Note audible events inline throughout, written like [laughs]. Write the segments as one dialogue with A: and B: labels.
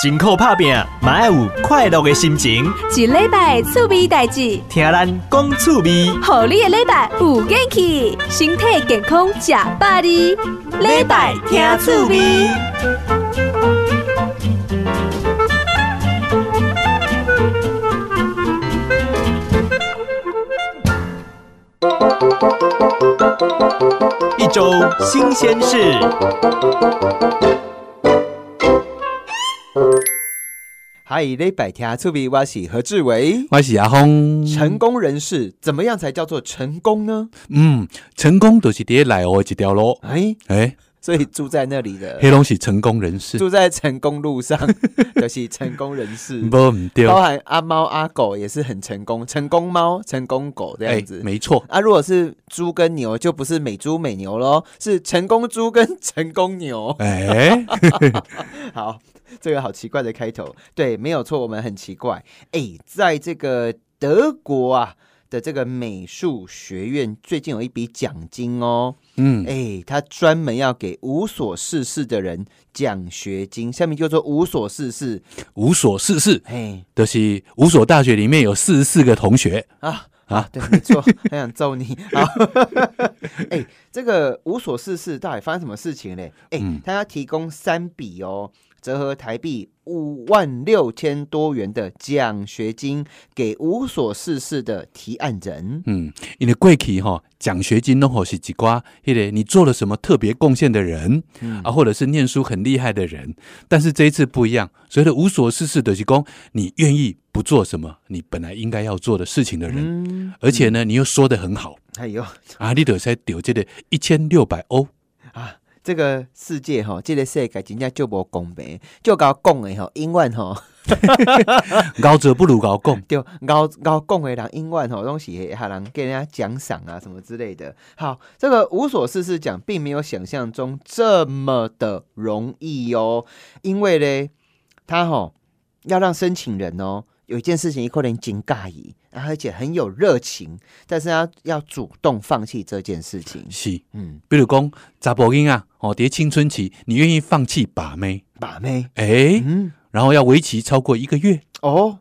A: 辛苦打拼，嘛要有快乐的心情。
B: 一礼拜趣味代志，
A: 听咱讲趣味，
B: 互你的礼拜有元气，身体健康吃百二，礼拜听趣味。。
A: 一周新鲜事，
C: 嗨，礼拜天趣味，我是何志伟。
D: 我是阿峰。
C: 成功人士怎么样才叫做成功呢？
D: 嗯，成功就是伫内湖的一条路，
C: 哎，
D: 诶、
C: 所以住在那里
D: [laughs]
C: 的，
D: 黑龙是成功人士，
C: 住在成功路上 [laughs] 就是成功人
D: [laughs]
C: 士，
D: 不唔对，
C: 包含阿猫阿狗也是很成功，成功猫、成功狗这
D: 诶
C: 样子。
D: 哎没
C: [laughs]
D: 错，
C: 啊，如果是猪跟牛，就不是美猪美牛喽，是成功猪跟成功牛。
D: 诶、
C: 好，这个好奇怪的开头，对，没有错，我们很奇怪。哎，在这个德国啊的这个美术学院，最近有一笔奖金哦，
D: 嗯，
C: 哎，他专门要给无所事事的人奖学金，下面就说无所事事，
D: 无所事事，
C: 哎
D: 就是五所大学里面有四十四个同学，
C: 啊。啊
D: 啊，
C: 对，没错， [laughs] 很想揍你。好， [laughs] 哎、这个无所事事到底发生什么事情嘞？哎、
D: 嗯
C: 他要提供三笔哦，折合台币五万六千多元的奖学金给无所事事的提案人。
D: 嗯，因为过去吼奖学金拢好是一寡迄个你做了什么特别贡献的人、
C: 嗯
D: 啊，或者是念书很厉害的人，但是这一次不一样，所谓的无所事事就是讲你愿意不做什么你本来应该要做的事情的人，
C: 嗯，
D: 而且呢，你又说的很好。
C: 哎呦
D: 啊，你就使丢这个一千六百欧，
C: 啊，这个世界哈、这个世界真正就无公平，就搞讲的吼、永远吼、
D: 高者不如高讲。
C: 对，高高共为人，因为吼东西也哈人给人家奖赏啊什么之类的。好，这个无所事事奖并没有想象中这么的容易哦，因为嘞，他吼、要让申请人哦有一件事情一扣连紧尬意，啊而且很有热情，但是他要主动放弃这件事情。
D: 是，
C: 嗯，
D: 比如讲查甫囡啊，哦，在青春期，你愿意放弃把妹，
C: 把妹，
D: 诶，
C: 嗯，
D: 然后要为期超过一个
C: [laughs]
D: 月，
C: 哦，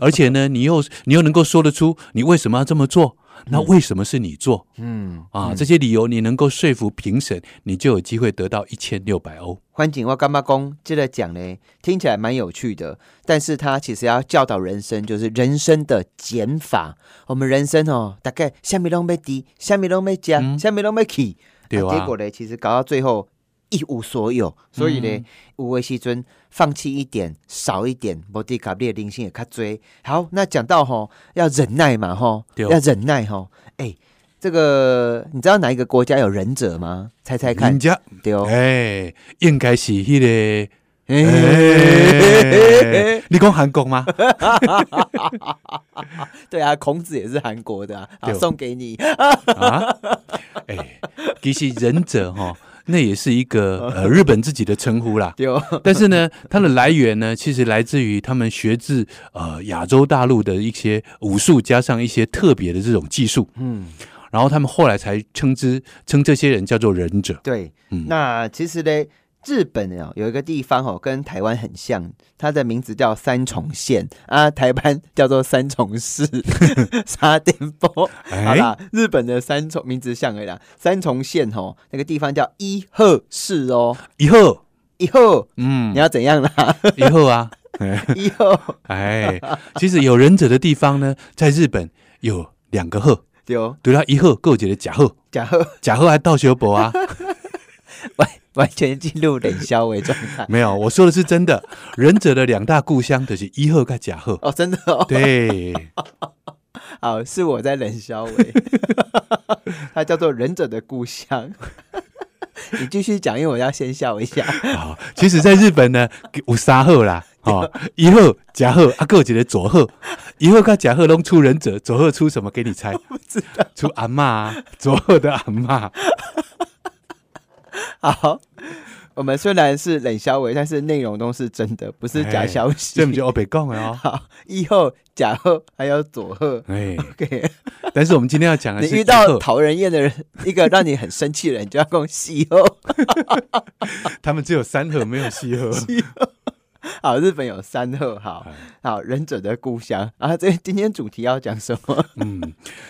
D: 而且呢，你又你又能够说得出你为什么要这么做，那为什么是你做
C: 嗯
D: 啊？这些理由你能够说服评审，你就有机会得到一千六百欧。
C: 欢景我干妈公这个讲呢，听起来蛮有趣的，但是它其实要教导人生，就是人生的减法。我们人生哦，大概下面都没低，下面都没加，
D: 嗯
C: 下面都没起，
D: 对啊
C: 结果呢，其实搞到最后一无所有。所以
D: 嗯
C: 呢，有的时阵放弃一点，少一点，无地搞你的灵性也较追。好，那讲到吼、要忍耐嘛吼、
D: 对
C: 要忍耐吼、哎，这个你知道哪一个国家有忍者吗？猜猜看
D: 人，家，
C: 对哦。
D: 诶，应该是迄、个。
C: 哎
D: 诶，你讲韩国
C: [laughs]
D: 吗？
C: 对啊，孔子也是韩国的啊，好
D: 对
C: 送给你。
D: 啊， [laughs] 哎、其实忍者哈、那也是一个呃日本自己的称呼啦。
C: 有，
D: 但是呢，它的来源呢，其实来自于他们学自呃亚洲大陆的一些武术，加上一些特别的这种技术，
C: 嗯，
D: 然后他们后来才称之称这些人叫做忍者。
C: [laughs] 对。
D: 嗯
C: 那其实呢，日本啊有一个地方哦，跟台湾很像，它的名字叫三重县啊，台湾叫做三重市 [laughs] 沙丁波。好
D: 哎，
C: 啦，日本的三重名字像而啦，三重县哦，那个地方叫伊贺市哦，
D: 以后，
C: 伊贺。
D: 嗯
C: 你，要怎样啦？ [laughs]
D: 以后啊，
C: 伊贺
D: 哎，其实有忍者的地方呢，在日本有两个鹤，
C: 有
D: 对啦，一鹤够几个假鹤，
C: 假贺
D: 假鹤还倒修博啊。
C: 完完全进入冷笑为状态
D: 没有，我说的是真的。忍者的两大故乡就是伊贺跟甲贺。
C: 哦，真的哦。
D: 对，
C: 好，哦是我在冷笑伟， [laughs] 它叫做《忍者的故乡》。你继续讲，因为我要先笑一下。
D: 好，其实在日本呢，有三
C: [laughs]
D: 贺啦，哦，伊贺、甲贺，啊，还有一个佐贺，伊贺跟甲贺拢出忍者，佐贺出什么？给
C: [laughs]
D: 你猜，出阿嬷啊，佐贺的阿嬷。
C: 好，我们虽然是冷笑伟，但是内容都是真的，不是假消息。
D: 这不就我北讲哎的哦。
C: 好，以后假贺还有佐贺。
D: 哎，
C: OK，
D: 但是我们今天要讲的
C: 你
D: 是
C: 遇
D: 伊
C: 到
D: 贺
C: 讨人厌的人，一个让你很生气的人，你就要跟我喜后。
D: 他们只有三贺，没有西贺。
C: 好，日本有三鹤号，
D: 哎
C: 好，忍者的故乡啊。这今天主题要讲什么？
D: 嗯，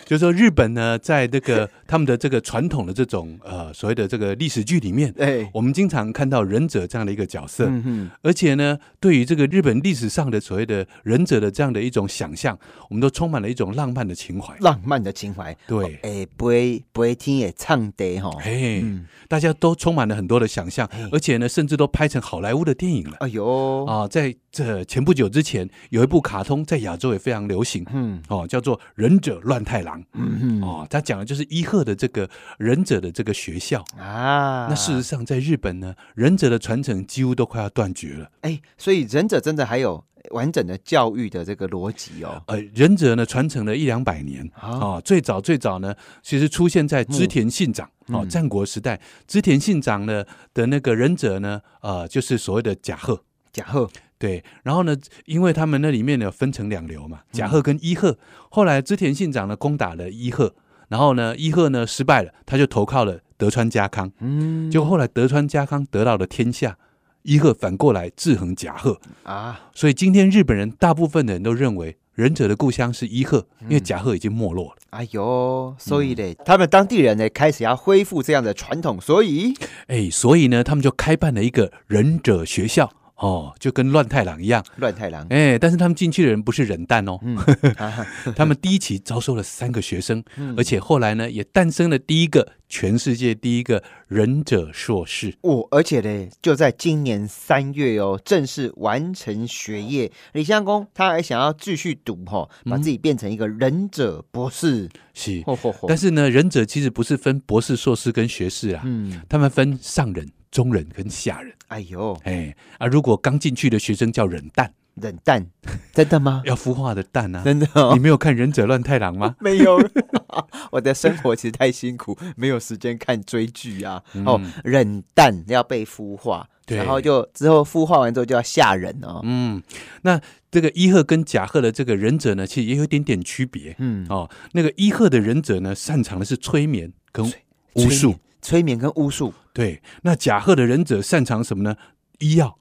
D: 就是说日本呢，在这个他们的这个传统的这种呃所谓的这个历史剧里面，
C: 对，
D: 我们经常看到忍者这样的一个角色，
C: 哎嗯哼，
D: 而且呢，对于这个日本历史上的所谓的忍者的这样的一种想象，我们都充满了一种浪漫的情怀。
C: 浪漫的情怀，
D: 对，
C: 哎，不会不会听也唱的哈。
D: 嘿，
C: 嗯，
D: 大家都充满了很多的想象，而且呢，甚至都拍成好莱坞的电影了。
C: 哎呦，
D: 啊，在这前不久之前，有一部卡通在亚洲也非常流行，
C: 嗯
D: 哦，叫做《忍者乱太郎》
C: 嗯哼
D: 哦，他讲的就是伊贺的这个忍者的这个学校。
C: 啊，
D: 那事实上，在日本呢，忍者的传承几乎都快要断绝了。
C: 哎，所以忍者真的还有完整的教育的这个逻辑哦。
D: 呃，忍者呢传承了一两百年啊、
C: 啊
D: 哦最早最早呢，其实出现在织田信长、
C: 嗯
D: 哦
C: 嗯，
D: 战国时代，织田信长呢的那个忍者呢，呃，就是所谓的甲贺。
C: 假贺，
D: 对，然后呢，因为他们那里面呢分成两流嘛，
C: 嗯
D: 甲贺跟伊贺。后来织田信长呢攻打了伊贺，然后呢伊贺呢失败了，他就投靠了德川家康。
C: 嗯，
D: 结果后来德川家康得到了天下，伊贺反过来制衡甲贺。
C: 啊，
D: 所以今天日本人大部分的人都认为忍者的故乡是伊贺，
C: 嗯
D: 因为甲贺已经没落了。
C: 哎呦，所
D: 嗯
C: 以嘞，他们当地人呢开始要恢复这样的传统，所以
D: 哎，所以呢，他们就开办了一个忍者学校。哦，就跟乱太郎一样，
C: 乱太郎，
D: 哎，但是他们进去的人不是忍蛋哦，
C: 嗯，啊
D: [laughs] 他们第一期招收了三个学生，
C: 嗯
D: 而且后来呢，也诞生了第一个全世界第一个忍者硕士。
C: 我、哦而且呢，就在今年三月哦，正式完成学业。李相公他还想要继续读哈、哦，
D: 嗯
C: 把自己变成一个忍者博士。
D: 是，
C: 嚯嚯嚯！
D: 但是呢，忍者其实不是分博士、硕士跟学士啊，
C: 嗯，
D: 他们分上忍、中忍跟下忍。
C: 哎呦，
D: 哎，啊，如果刚进去的学生叫忍蛋，
C: 冷淡， [laughs] 真的吗？
D: [laughs] 要孵化的蛋啊。
C: 真的、哦？
D: 你，没有看《忍者乱太郎》吗
C: [laughs] 没有， [laughs] 我的生活其实太辛苦，没有时间看追剧啊。哦，忍蛋要被孵化，
D: 对
C: 然后就之后孵化完之后就要吓人哦。
D: 嗯，那这个伊贺跟甲贺的这个忍者呢，其实也有一点点区别
C: 嗯，
D: 哦。那个伊贺的忍者呢，擅长的是催眠跟
C: 催
D: 巫术，
C: 催眠跟巫术，
D: 对。那甲贺的忍者擅长什么呢？医药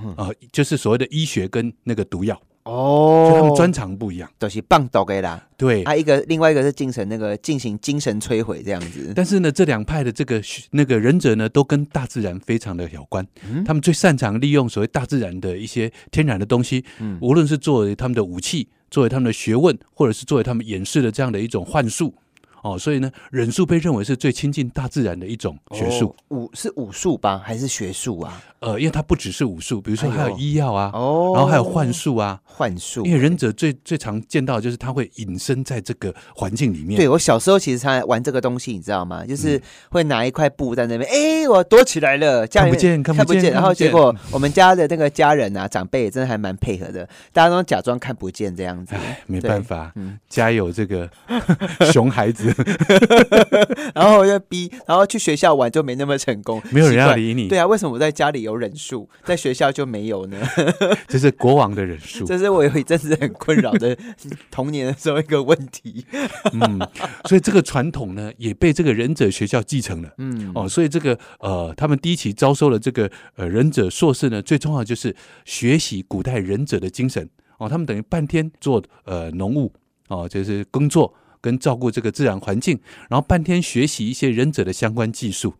C: 嗯。
D: 啊、就是所谓的医学跟那个毒药，所
C: 哦
D: 以他们专长不一样。
C: 都是棒毒的啦。
D: 对，
C: 啊，一个另外一个是精神那个进行精神摧毁这样子。
D: 但是呢，这两派的这个那个忍者呢，都跟大自然非常的有关。
C: 嗯
D: 他们最擅长利用所谓大自然的一些天然的东西，
C: 嗯
D: 无论是作为他们的武器，作为他们的学问，或者是作为他们演示的这样的一种幻术。哦，所以呢，忍术被认为是最亲近大自然的一种学术。
C: 哦武是武术吧，还是学术啊？
D: 呃，因为它不只是武术，比如说
C: 哎呦
D: 还有医药啊，
C: 哦
D: 然后还有幻术啊。
C: 幻术
D: 因。为忍者最最常见到的就是他会隐身在这个环境里面。嗯
C: 对我小时候其实常玩这个东西，你知道吗？就是会拿一块布在那边，哎、我躲起来了，家里面
D: 看不见看不
C: 看不见。
D: 见
C: 然后
D: 看不见
C: 结果我们家的那个家人啊，长辈真的还蛮配合的，大家都假装看不见这样子。
D: 哎，没办法，
C: 嗯
D: 家有这个 [laughs] 熊孩子，
C: 然后我就逼，然后去学校玩就没那么成功，
D: 没有人要
C: 奇
D: 理你
C: 怪。对。啊，为什么我在家里有忍术，在学校就没有呢？ [laughs]
D: 这是国王的忍术。
C: 这是我有一阵子很困扰的 [laughs] 童年的时候一个问题。
D: 嗯，所以这个传统呢，也被这个忍者学校继承了。
C: 嗯，
D: 哦，所以这个呃，他们第一期招收了这个呃忍者硕士呢，最重要就是学习古代忍者的精神哦。他们等于半天做呃农务哦，就是耕作跟照顾这个自然环境，然后半天学习一些忍者的相关技术。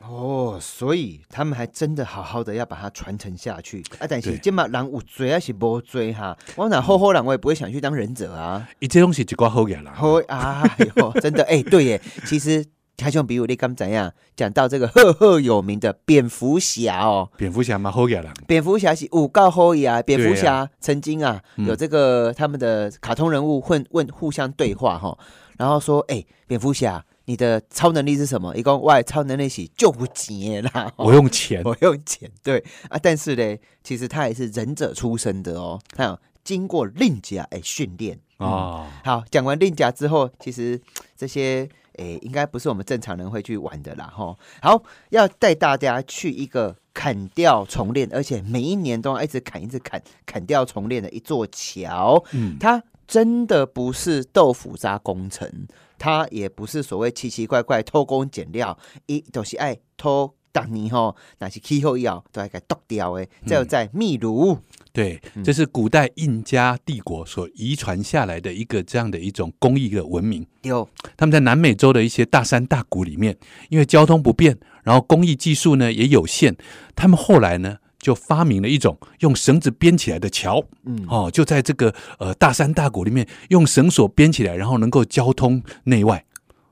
C: 哦，所以他们还真的好好的要把它传承下去啊！但是
D: 对嗯
C: 今嘛人有追还是无追哈？我哪厚厚人我也不会想去当忍者啊！
D: 一这东西就挂后眼了。 [laughs]
C: 好啊，哎呦，真的哎、对耶，其实。台兄比武力刚怎样？讲到这个赫赫有名的蝙蝠侠哦，
D: 蝙蝠侠嘛后眼了。
C: 蝙蝠侠是五告后裔啊，蝙蝠
D: 对
C: 侠曾经啊、
D: 嗯
C: 有这个他们的卡通人物混问互相对话哈，然后说哎、蝙蝠侠你的超能力是什么？一共外超能力是救不急啦，
D: 我用钱，
C: 我用钱对啊，但是呢，其实他也是忍者出身的哦，他有经过令甲哎训练
D: 啊、
C: 嗯好，讲完令甲之后，其实这些诶、应该不是我们正常人会去玩的啦，哈。好，要带大家去一个砍掉重练，而且每一年都要一直砍，一直砍，砍掉重练的一座桥。
D: 嗯，
C: 它真的不是豆腐渣工程，它也不是所谓奇奇怪怪偷工减料，一都是爱偷逐年吼，若是气候以后都要给剁掉的，再有在秘鲁，
D: 对，
C: 嗯
D: 这是古代印加帝国所遗传下来的一个这样的一种工艺的文明。
C: 有
D: 他们在南美洲的一些大山大谷里面，因为交通不便，然后工艺技术呢也有限，他们后来呢就发明了一种用绳子编起来的桥，
C: 嗯
D: 哦，就在这个呃大山大谷里面用绳索编起来，然后能够交通内外，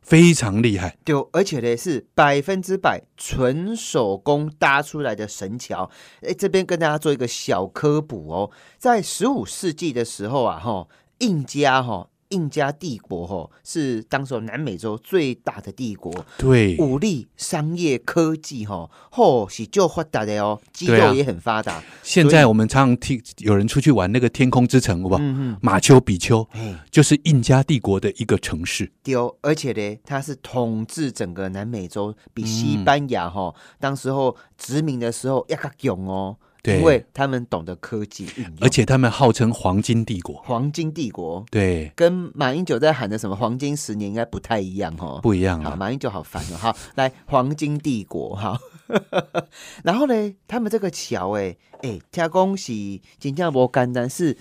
D: 非常厉害。
C: 就而且呢是百分之百纯手工搭出来的神桥。哎，这边跟大家做一个小科普哦，在十五世纪的时候啊，哈，印加哈。印加帝国吼是当时候南美洲最大的帝国，
D: 对，
C: 武力、商业、科技吼，吼是就发达的哦，肌
D: 对啊
C: 肉也很发达。
D: 现在我们常常听有人出去玩那个天空之城，好不好？
C: 嗯嗯，
D: 马丘比丘
C: 哎，
D: 就是印加帝国的一个城市。
C: 丢，而且呢，它是统治整个南美洲，比西
D: 嗯
C: 班牙哈、当时候殖民的时候要更勇哦，
D: 对
C: 因为嗯他们懂得科技运用，
D: 而且他们号称黄金帝国，
C: 黄金帝国
D: 对，
C: 跟马英九在喊的什么黄金十年应该不太一样哦。
D: 不一样啊
C: 好，
D: 了。
C: 马英九好烦哦。好，来黄金帝国哈， [laughs] 然后呢，他们这个桥哎哎，加恭喜金加坡干单是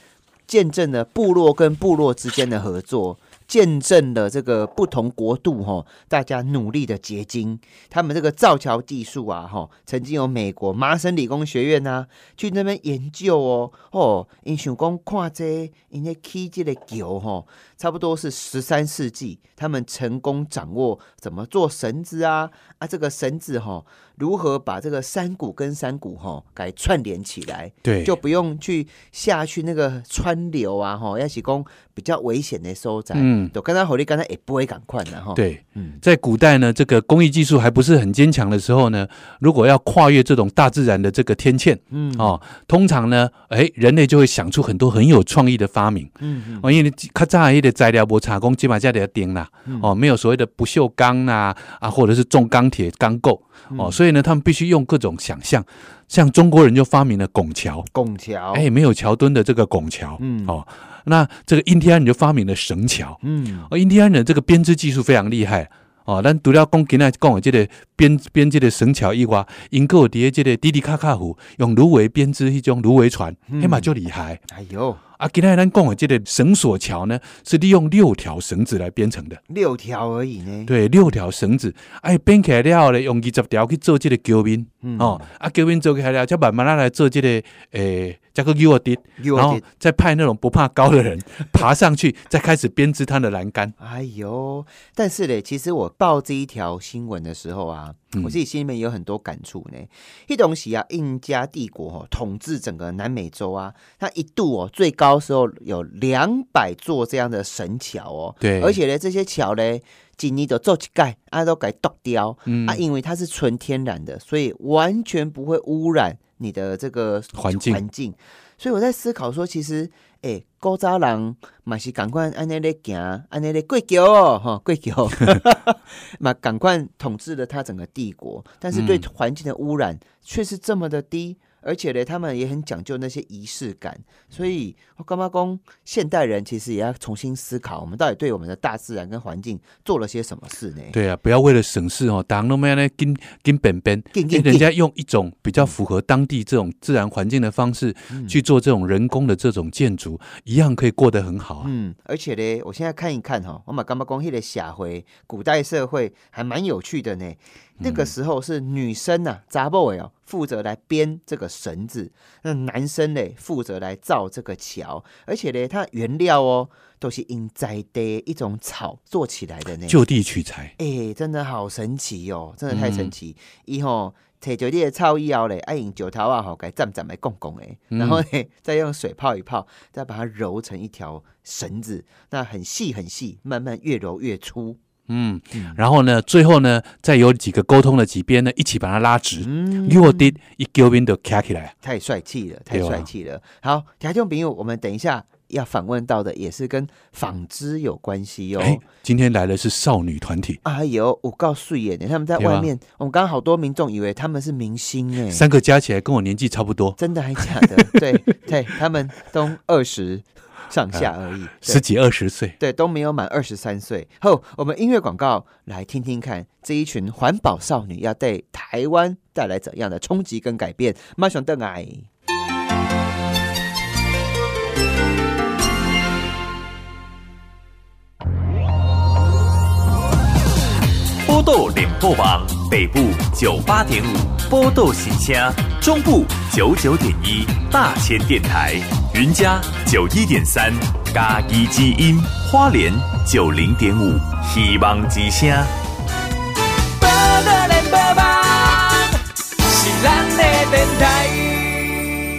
C: 见证了部落跟部落之间的合作，见证了这个不同国度哈、大家努力的结晶。他们这个造桥技术啊哈、曾经有美国麻省理工学院呐、去那边研究哦哦，因想讲看这因咧起这个桥吼、差不多是十三世纪，他们成功掌握怎么做绳子啊啊，这个绳子哈、如何把这个山谷跟山谷哈、给串联起来，
D: 对，
C: 就不用去下去那个川流啊哈、要是讲比较危险的所在。
D: 嗯，
C: 就刚才火力刚才也不会赶快的哈。，
D: 对，
C: 嗯，
D: 在古代呢，这个工艺技术还不是很坚强的时候呢，如果要跨越这种大自然的这个天堑，
C: 嗯
D: 哦，通常呢，哎，人类就会想出很多很有创意的发明。
C: 嗯嗯
D: 哦，因为较早迄个材料无查讲，基本上得要钉啦
C: 嗯，
D: 哦，没有所谓的不锈钢啦、啊，或者是重钢铁钢构，哦，
C: 嗯
D: 所以呢，他们必须用各种想象，像中国人就发明了拱桥，
C: 拱桥，
D: 哎，没有桥墩的这个拱桥，
C: 嗯
D: 哦，那这个印第安人就发明了绳桥，
C: 嗯，
D: 哦，印第安人这个编织技术非常厉害。哦，咱除了讲今仔讲的这个编编这个绳桥以外，因还有伫诶这个滴滴卡卡湖用芦苇编织迄种芦苇船，
C: 嗯
D: 迄嘛就厉害。
C: 哎呦，
D: 啊，今天咱讲的这个绳索桥呢，是利用六条绳子来编成的。
C: 六条而已呢。
D: 对，六条绳子，哎，编起来了后呢，用二十条去做这个桥面，
C: 嗯
D: 哦，啊，桥面做起来了，再慢慢来做这个，诶，加个 U 啊滴，
C: 又
D: 然后
C: 得，
D: 再派那种不怕高的人 [laughs] 爬上去，再开始编织它的栏杆。
C: 哎呦，但是嘞，其实我报这一条新闻的时候啊，
D: 嗯
C: 我自己心里面有很多感触呢。一东西啊，印加帝国哦，统治整个南美洲啊，它一度哦最高时候有两百座这样的神桥哦，
D: 对
C: 而且呢，这些桥呢，几年都做一盖，啊都改剁掉，
D: 嗯
C: 啊，因为它是纯天然的，所以完全不会污染你的这个
D: 环境
C: 环境。所以我在思考说，其实，诶、古早人嘛是赶快按那咧行，按那咧过桥哦，哈、过桥，嘛赶快统治了他整个帝国，但是对
D: 嗯
C: 环境的污染却是这么的低。而且呢，他们也很讲究那些仪式感，所以我干妈公现代人其实也要重新思考，我们到底对我们的大自然跟环境做了些什么事呢？
D: 对啊，不要为了省事哦，打弄咩呢，跟跟本本，
C: 紧
D: 诶
C: 紧
D: 哎人家用一种比较符合当地这种自然环境的方式
C: 嗯
D: 去做这种人工的这种建筑，一样可以过得很好啊。
C: 嗯，而且呢，我现在看一看哈、我们刚刚讲迄个社会，古代社会还蛮有趣的呢。那个时候是女生呐、啊，扎布哦，负责来编这个绳子，那男生呢负责来造这个桥，而且呢，它原料哦都是用在地一种草做起来的呢。
D: 就地取材。
C: 哎、真的好神奇哦，真的太
D: 嗯
C: 神奇！伊吼摕着你的草以后嘞，爱用石头啊吼，给蘸蘸来拱拱诶，
D: 嗯
C: [laughs] 然后呢，再用水泡一泡，再把它揉成一条绳子，那很细很细，慢慢越揉越粗。
D: 嗯，然后呢，最后呢，再有几个沟通的几边呢，一起把它拉直。
C: 嗯，
D: 如果滴一丢边都卡起来，
C: 太帅气了，太
D: 对啊
C: 帅气了！好，听众朋友，我们等一下要访问到的也是跟纺织有关系哦。
D: 哎，今天来的是少女团体，
C: 哎呦，我告诉你，他们在
D: 对啊
C: 外面，我们刚刚好多民众以为他们是明星哎、
D: 三个加起来跟我年纪差不多，
C: 真的还假的？对对，他们都二十，上下而已，对
D: 十几二十岁，
C: 对都没有满二十三岁。后我们音乐广告来听听看，这一群环保少女要对台湾带来怎样的冲击跟改变？马上邓来。
A: 波豆联播网北部九八点五波豆新车，中部九九点一大千电台，云嘉九一点三咖一基因，花莲九零点五希望之声。波豆联播网是咱的电台。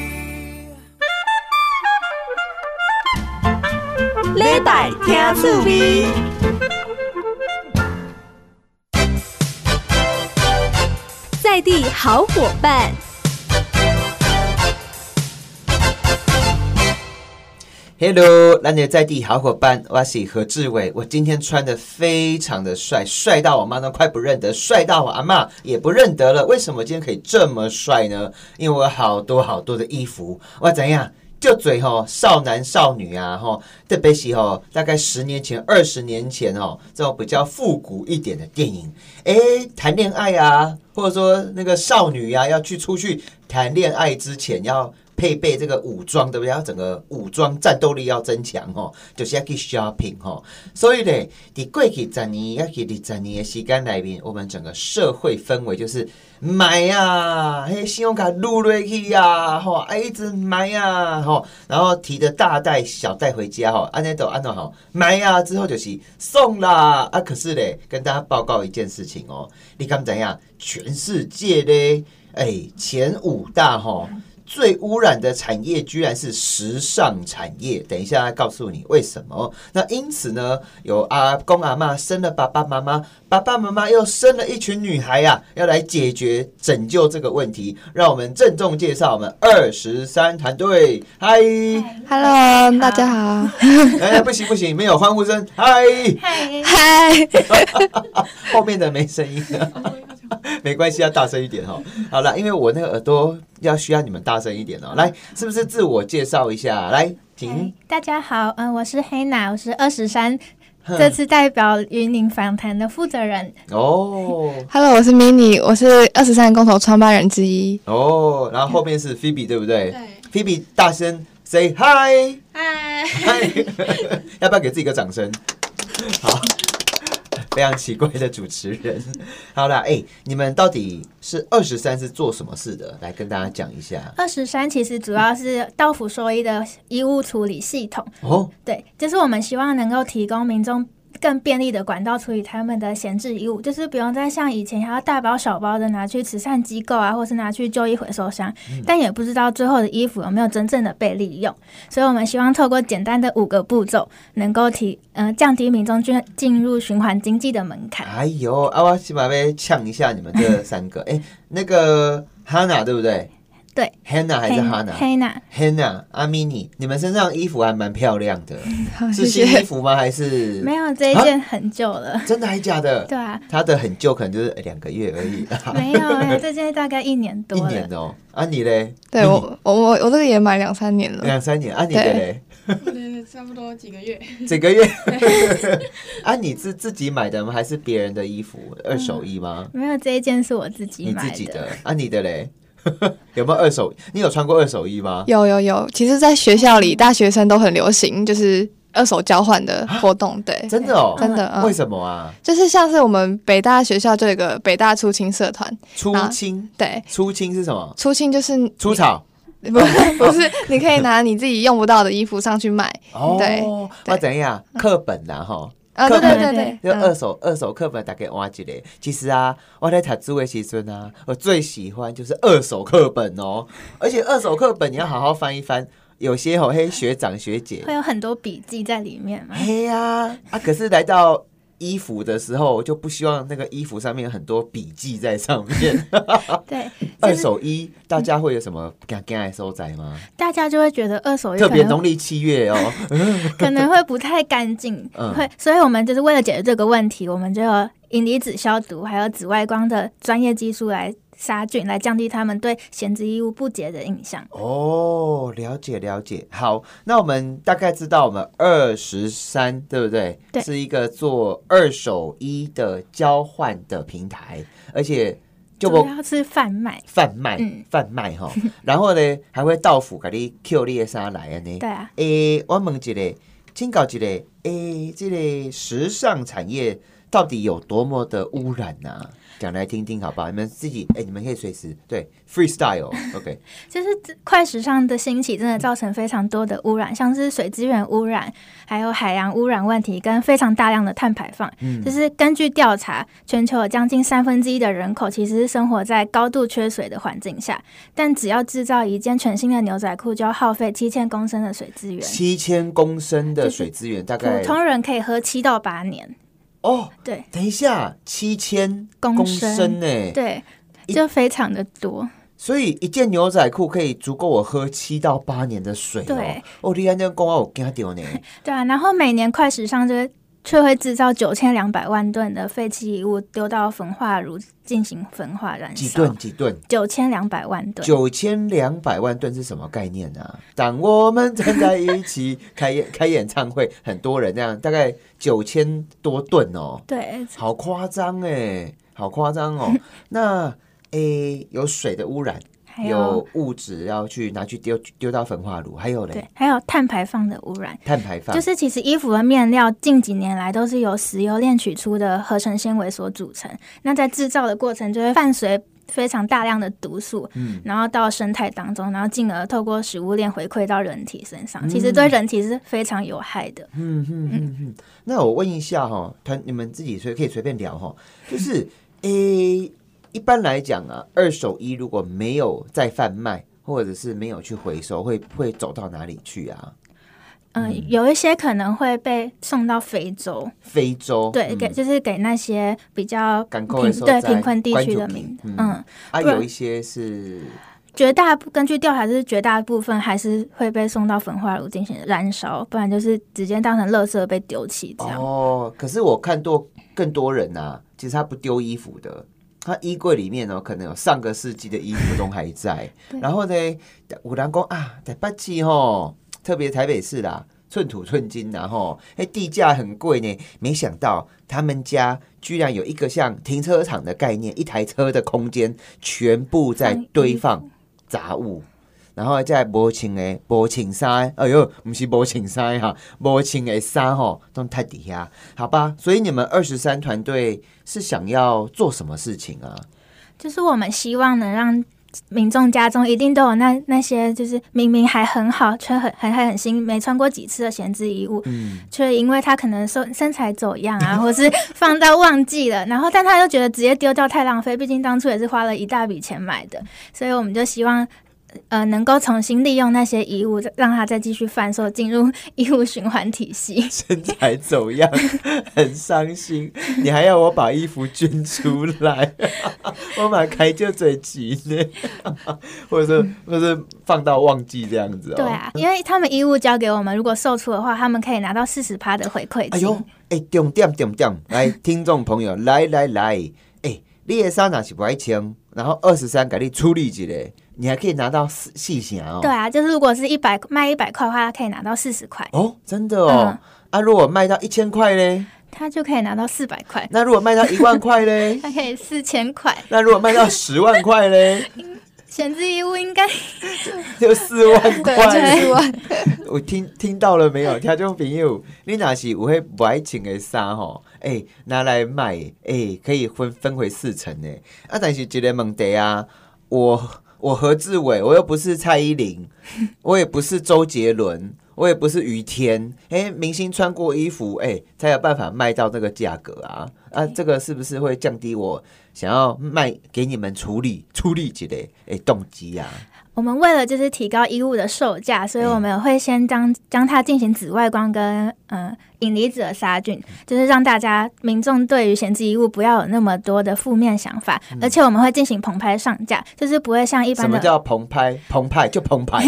B: 礼拜听趣味。在地好伙伴，
C: Hello，咱的在地好伙伴，我是何志伟。我今天穿的非常的帅，帅到我妈都快不认得，帅到我阿妈也不认得了。为什么今天可以这么帅呢？因为我有好多好多的衣服，我怎样？就嘴吼，少男少女啊，吼，特别是吼，大概十年前、二十年前哦，这种比较复古一点的电影，诶，谈恋爱啊，或者说那个少女啊，要去出去谈恋爱之前要配备这个武装，对不对？要整个武装战斗力要增强哦，就是要去 shopping 哦。所以呢，伫过去十年、要去二十年的时间里面，我们整个社会氛围就是买啊，嘿，信用卡撸落去啊，吼、啊一直买啊，吼、然后提着大袋小袋回家吼，安尼都安怎吼，买啊之后就是送啦啊，可是嘞，跟大家报告一件事情哦，你敢怎样？全世界嘞，哎，前五大吼、最污染的产业居然是时尚产业，等一下来告诉你为什么。那因此呢，有阿公阿嬷生了爸爸妈妈，爸爸妈妈又生了一群女孩啊，要来解决拯救这个问题。让我们郑重介绍我们二十三团队，嗨！
E: Hello，大家好，
C: 哎，不行不行，没有欢呼声，嗨！
E: 嗨，
C: [laughs] 后面的没声音， [laughs] 没关系，要大声一点哦。好了，因为我那个耳朵要需要你们大声一点哦。来，是不是自我介绍一下？来，停。
F: 大家好，嗯、我是黑娜，我是二十三，这次代表云林访谈的负责人。
C: 哦
E: Hello，我是 mini，我是二十三公投创办人之一。 [laughs]
C: 哦，然后后面是 Phoebe 对不对？对。Phoebe 大声 say hi
F: 嗨，
C: hi，要不 [laughs] 要给自己一个掌声？好，非常奇怪的主持人。好啦，哎、你们到底是二十三是做什么事的？来跟大家讲一下。
F: 二十三其实主要是道府说一的衣物处理系统，
C: 哦，
F: 对，就是我们希望能够提供民众。更便利的管道处理他们的闲置衣物，就是不用再像以前还要大包小包的拿去慈善机构啊，或是拿去就医回收箱，但也不知道最后的衣服有没有真正的被利用。所以我们希望透过简单的五个步骤，能够提呃降低民众进进入循环经济的门槛。
C: 哎呦，啊，我起码要呛一下你们这三个。哎、那个 Hanna 对不对？
F: 对
C: ，Hanna 还是 Hanna？Hanna
F: 黑娜，
C: 阿 mini，你们身上衣服还蛮漂亮
F: [laughs]
C: 的，
E: 好，谢
C: 是新衣
E: 谢。
C: 服吗？还是啊
F: 没有这一件很久了，
C: 真的还假的？
F: [laughs] 对啊，
C: 他的很旧，可能就是两个月而已，
F: 没有哎、这件大概一年
C: [laughs]
F: 多
C: 一
F: 了。
C: 年哦、啊，你嘞？
E: 对
C: 你
E: 我，我我我这个也买两三年了。
C: 两三年，啊，你的嘞？
G: 对，差不多几个
C: [laughs]
G: 月。
C: 整个月？ [laughs] 啊，你是自己买的吗？还是别人的衣服？二手衣吗？
F: 没有这一件是我自己
E: 嗯
C: 你
F: 买
C: 自己的？啊，你的嘞？ [laughs] 有没有二手？你有穿过二手衣吗？
E: 有有有，其实，在学校里，大学生都很流行，就是二手交换的活动。对，
C: 啊真的哦、
E: 真的，
C: 为
E: 嗯，
C: 什么啊？
E: 就是像是我们北大学校就有一个北大出清社团，
C: 出清，
E: 对。
C: 出清是什么？
E: 出清就是 [laughs]
C: 出草
E: 不
C: [laughs]
E: 不是，你可以拿你自己用不到的衣服上去卖
C: 哦，
E: 对
C: 那怎样？课本呐，哈，
E: 啊！
C: 课
E: 对对
C: 本
E: 对
F: 对
C: 就
E: 对，
C: 二
E: 嗯
C: 手二手课本大概挖几嘞。其实啊，我在读书的时阵啊，我最喜欢就是二手课本哦，而且二手课本你要好好翻一翻，有些吼嘿学长学姐
F: 会，有很多笔记在里面吗？
C: 嘿呀啊可是来到。衣服的时候，我就不希望那个衣服上面有很多笔记在上面。
F: 对，
C: 二
F: 就是
C: 手衣，大家会有什么尴尬的收窄吗？
F: 大家就会觉得二手衣
C: 特
F: 可
C: 别
F: 能
C: 农历七月哦，
F: [laughs] 可能会不太干净，
C: [laughs] 嗯
F: 会，所以我们就是为了解决这个问题，我们就有银离子消毒，还有紫外光的专业技术来杀菌，来降低他们对闲置衣物不洁的印象。
C: 哦，了解了解。好，那我们大概知道，我们二十三对不对？
F: 对
C: 是一个做二手衣的交换的平台，而且就
F: 主
C: 不
F: 要是贩卖，
C: 贩卖
F: 啊嗯
C: 贩卖哈。然后呢， [laughs] 还会到府给你 Q 你的衫来啊呢
F: 对。啊，
C: 诶，我问一个，请教一个，诶，这个时尚产业到底有多么的污染呐、讲来听听好不好？你们自己，诶，你们可以随时对 freestyle，OK，、
F: 就是这快时尚的兴起，真
C: 嗯
F: 的造成非常多的污染，像是水资源污染，还有海洋污染问题，跟非常大量的碳排放。
C: 嗯
F: 就是根据调查，全球有将近三分之一的人口其实是生活在高度缺水的环境下，但只要制造一件全新的牛仔裤，就要耗费七千公升的水资源。
C: 七千公升的
F: 就是
C: 水资源，大概
F: 普通人可以喝七到八年，
C: 哦，
F: 对
C: 等一下，七千
F: 公
C: 升
F: 升
C: 呢、
F: 对，
C: 一
F: 就非常的多。
C: 所以一件牛仔裤可以足够我喝七到八年的水哦
F: 对。
C: 哦，你安这样讲我惊掉呢。
F: 对啊，然后每年快时尚就是却会制造九千两百万吨的废弃遗物丢到焚化炉进行焚化燃
C: 几
F: 烧
C: 吨，几吨？
F: 九千两百万吨。
C: 九千两百万吨是什么概念啊？ [laughs] 当我们站在一起开 [laughs] 演开演唱会，很多人那样，大概九千多吨哦，
F: 对，
C: 好夸张哎，好夸张
F: [laughs]
C: 哦。那诶、有水的污染，
F: 还有
C: 有物质要去拿去丢丢到焚化炉，还有嘞
F: 对，还有碳排放的污染。
C: 碳排放，
F: 就是其实衣服的面料近几年来都是由石油炼取出的合成纤维所组成，那在制造的过程就会伴随非常大量的毒素，
C: 嗯
F: 然后到生态当中，然后进而透过食物链回馈到人体身上，其实对人体是非常有害的。
C: 嗯嗯嗯嗯。那我问一下哈、团你们自己随可以随便聊哈、就是诶、一般来讲啊，二手衣如果没有再贩卖，或者是没有去回收，会会走到哪里去啊？
F: 嗯，有一些可能会被送到非洲，
C: 非洲嗯
F: 对，给就是给那些比较
C: 赶
F: 贫
C: 快收
F: 对
C: 窄
F: 贫困地
C: 关
F: 区
C: 注
F: 的
C: 贫
F: 民，
C: 嗯
F: 嗯，
C: 啊，
F: 不然
C: 有一些是
F: 绝大部根据调查，就是绝大部分还是会被送到焚化炉进行燃烧，不然就是直接当成垃圾被丢弃这样。
C: 哦，可是我看多更多人啊，其实他不丢衣服的，他衣柜里面哦，可能有上个世纪的衣服都还在。然后呢，有人讲啊，台北市吼，特别台北市啦，寸土寸金然后哎地价很贵呢，没想到他们家居然有一个像停车场的概念，一台车的空间全部在
F: 放衣
C: 堆
F: 服
C: 放杂物。然后再无穿的、无穿衫的，哎呦，不是无穿衫的哈，无穿的衫吼，都太底下，好吧？所以你们二十三团队是想要做什么事情啊？
F: 就是我们希望能让民众家中一定都有那那些，就是明明还很好，却很很还很新，没穿过几次的闲置衣物，
C: 嗯，
F: 却因为他可能身身材走样
C: [laughs]
F: 啊，或是放到忘记了，然后但他又觉得直接丢掉太浪费，毕竟当初也是花了一大笔钱买的，所以我们就希望。呃，能够重新利用那些遗物，让它再继续贩售，进入衣物循环体系。
C: 身材走样， [laughs] 很伤心。你还要我把衣服捐出来， [laughs] 我买开就嘴急呢， [laughs] 或者是或者是放到忘记这样子哦。
F: 对啊，因为他们衣物交给我们，如果售出的话，他们可以拿到四十趴的回馈
C: 哎
F: 金。
C: 呦，哎、重点重点，来，听众朋友， [laughs] 来来来，哎、你的衫若是不爱穿，然后二十三给你处理一下，你还可以拿到四四成哦。
F: 对，啊，就是如果是一百卖一百块的话，他可以拿到四十块，
C: 哦，真的哦。
F: 嗯
C: 啊，如果卖到一千块嘞，
F: 他就可以拿到四百块，
C: 那如果卖到一万块
F: [laughs]
C: 嘞，
F: 他可以四千块。
C: 那如果卖到十万块嘞，
F: 闲置衣物应该
C: [laughs] 就四万
E: 嗯对，
C: 块。
E: 就是我
C: [laughs] 我听听到了没有，听众朋友，你若是有迄不爱穿的衫吼，哎、拿来卖，哎、可以分分回四成呢。啊，但是一个问题啊，我我何志伟，我又不是蔡依
E: [laughs]
C: 林，我也不是周杰伦，我也不是于天，哎、明星穿过衣服，哎、才有办法卖到这个价格啊。啊，这个是不是会降低我想要卖给你们处理处理一个哎动机啊？
F: 我们为了就是提高衣物的售价，所以
C: 嗯
F: 我们会先将将它进行紫外光跟呃引离子的杀菌，就是让大家民众对于闲置衣物不要有那么多的负面想法，而且我们会进行棚拍上架，就是不会像一
C: 嗯什
F: 般
C: 么
F: 的，呃。
C: 叫澎湃？澎湃就澎湃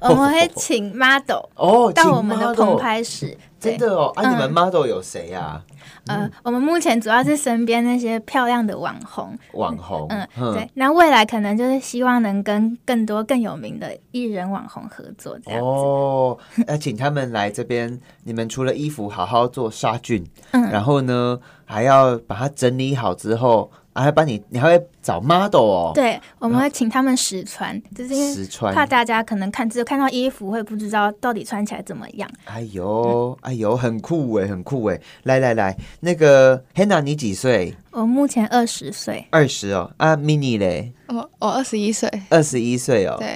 C: 哦
F: 我们会请 model
C: [laughs] 哦，
F: 到
C: 请 [laughs]
F: 我们的
C: model
F: 棚拍室，
C: 真的哦，啊，
F: 嗯
C: 你们 model 有谁啊？
F: 呃，我们目前主要是身边那些漂亮的网红，
C: 网红，
F: 嗯，对。那未来可能就是希望能跟更多更有名的艺人网红合作，这样子。
C: 哦，呃，请他们来这边。你们除了衣服好好做杀菌，
F: 嗯
C: 然后呢，还要把它整理好之后，啊还要帮你，你还会找 model 哦，，
F: 对，我们会请他们实穿，就是因为
C: 实穿。
F: 怕大家可能看只有看到衣服会不知道到底穿起来怎么样。
C: 哎
F: 嗯
C: 呦，哎呦，很酷哎，很酷哎！来来来，那个 Hannah，你几岁？
F: 我目前二十岁，
C: 二十哦。啊，Mini 嘞，
E: 哦我我二十一岁，
C: 二十一岁哦。
E: 对，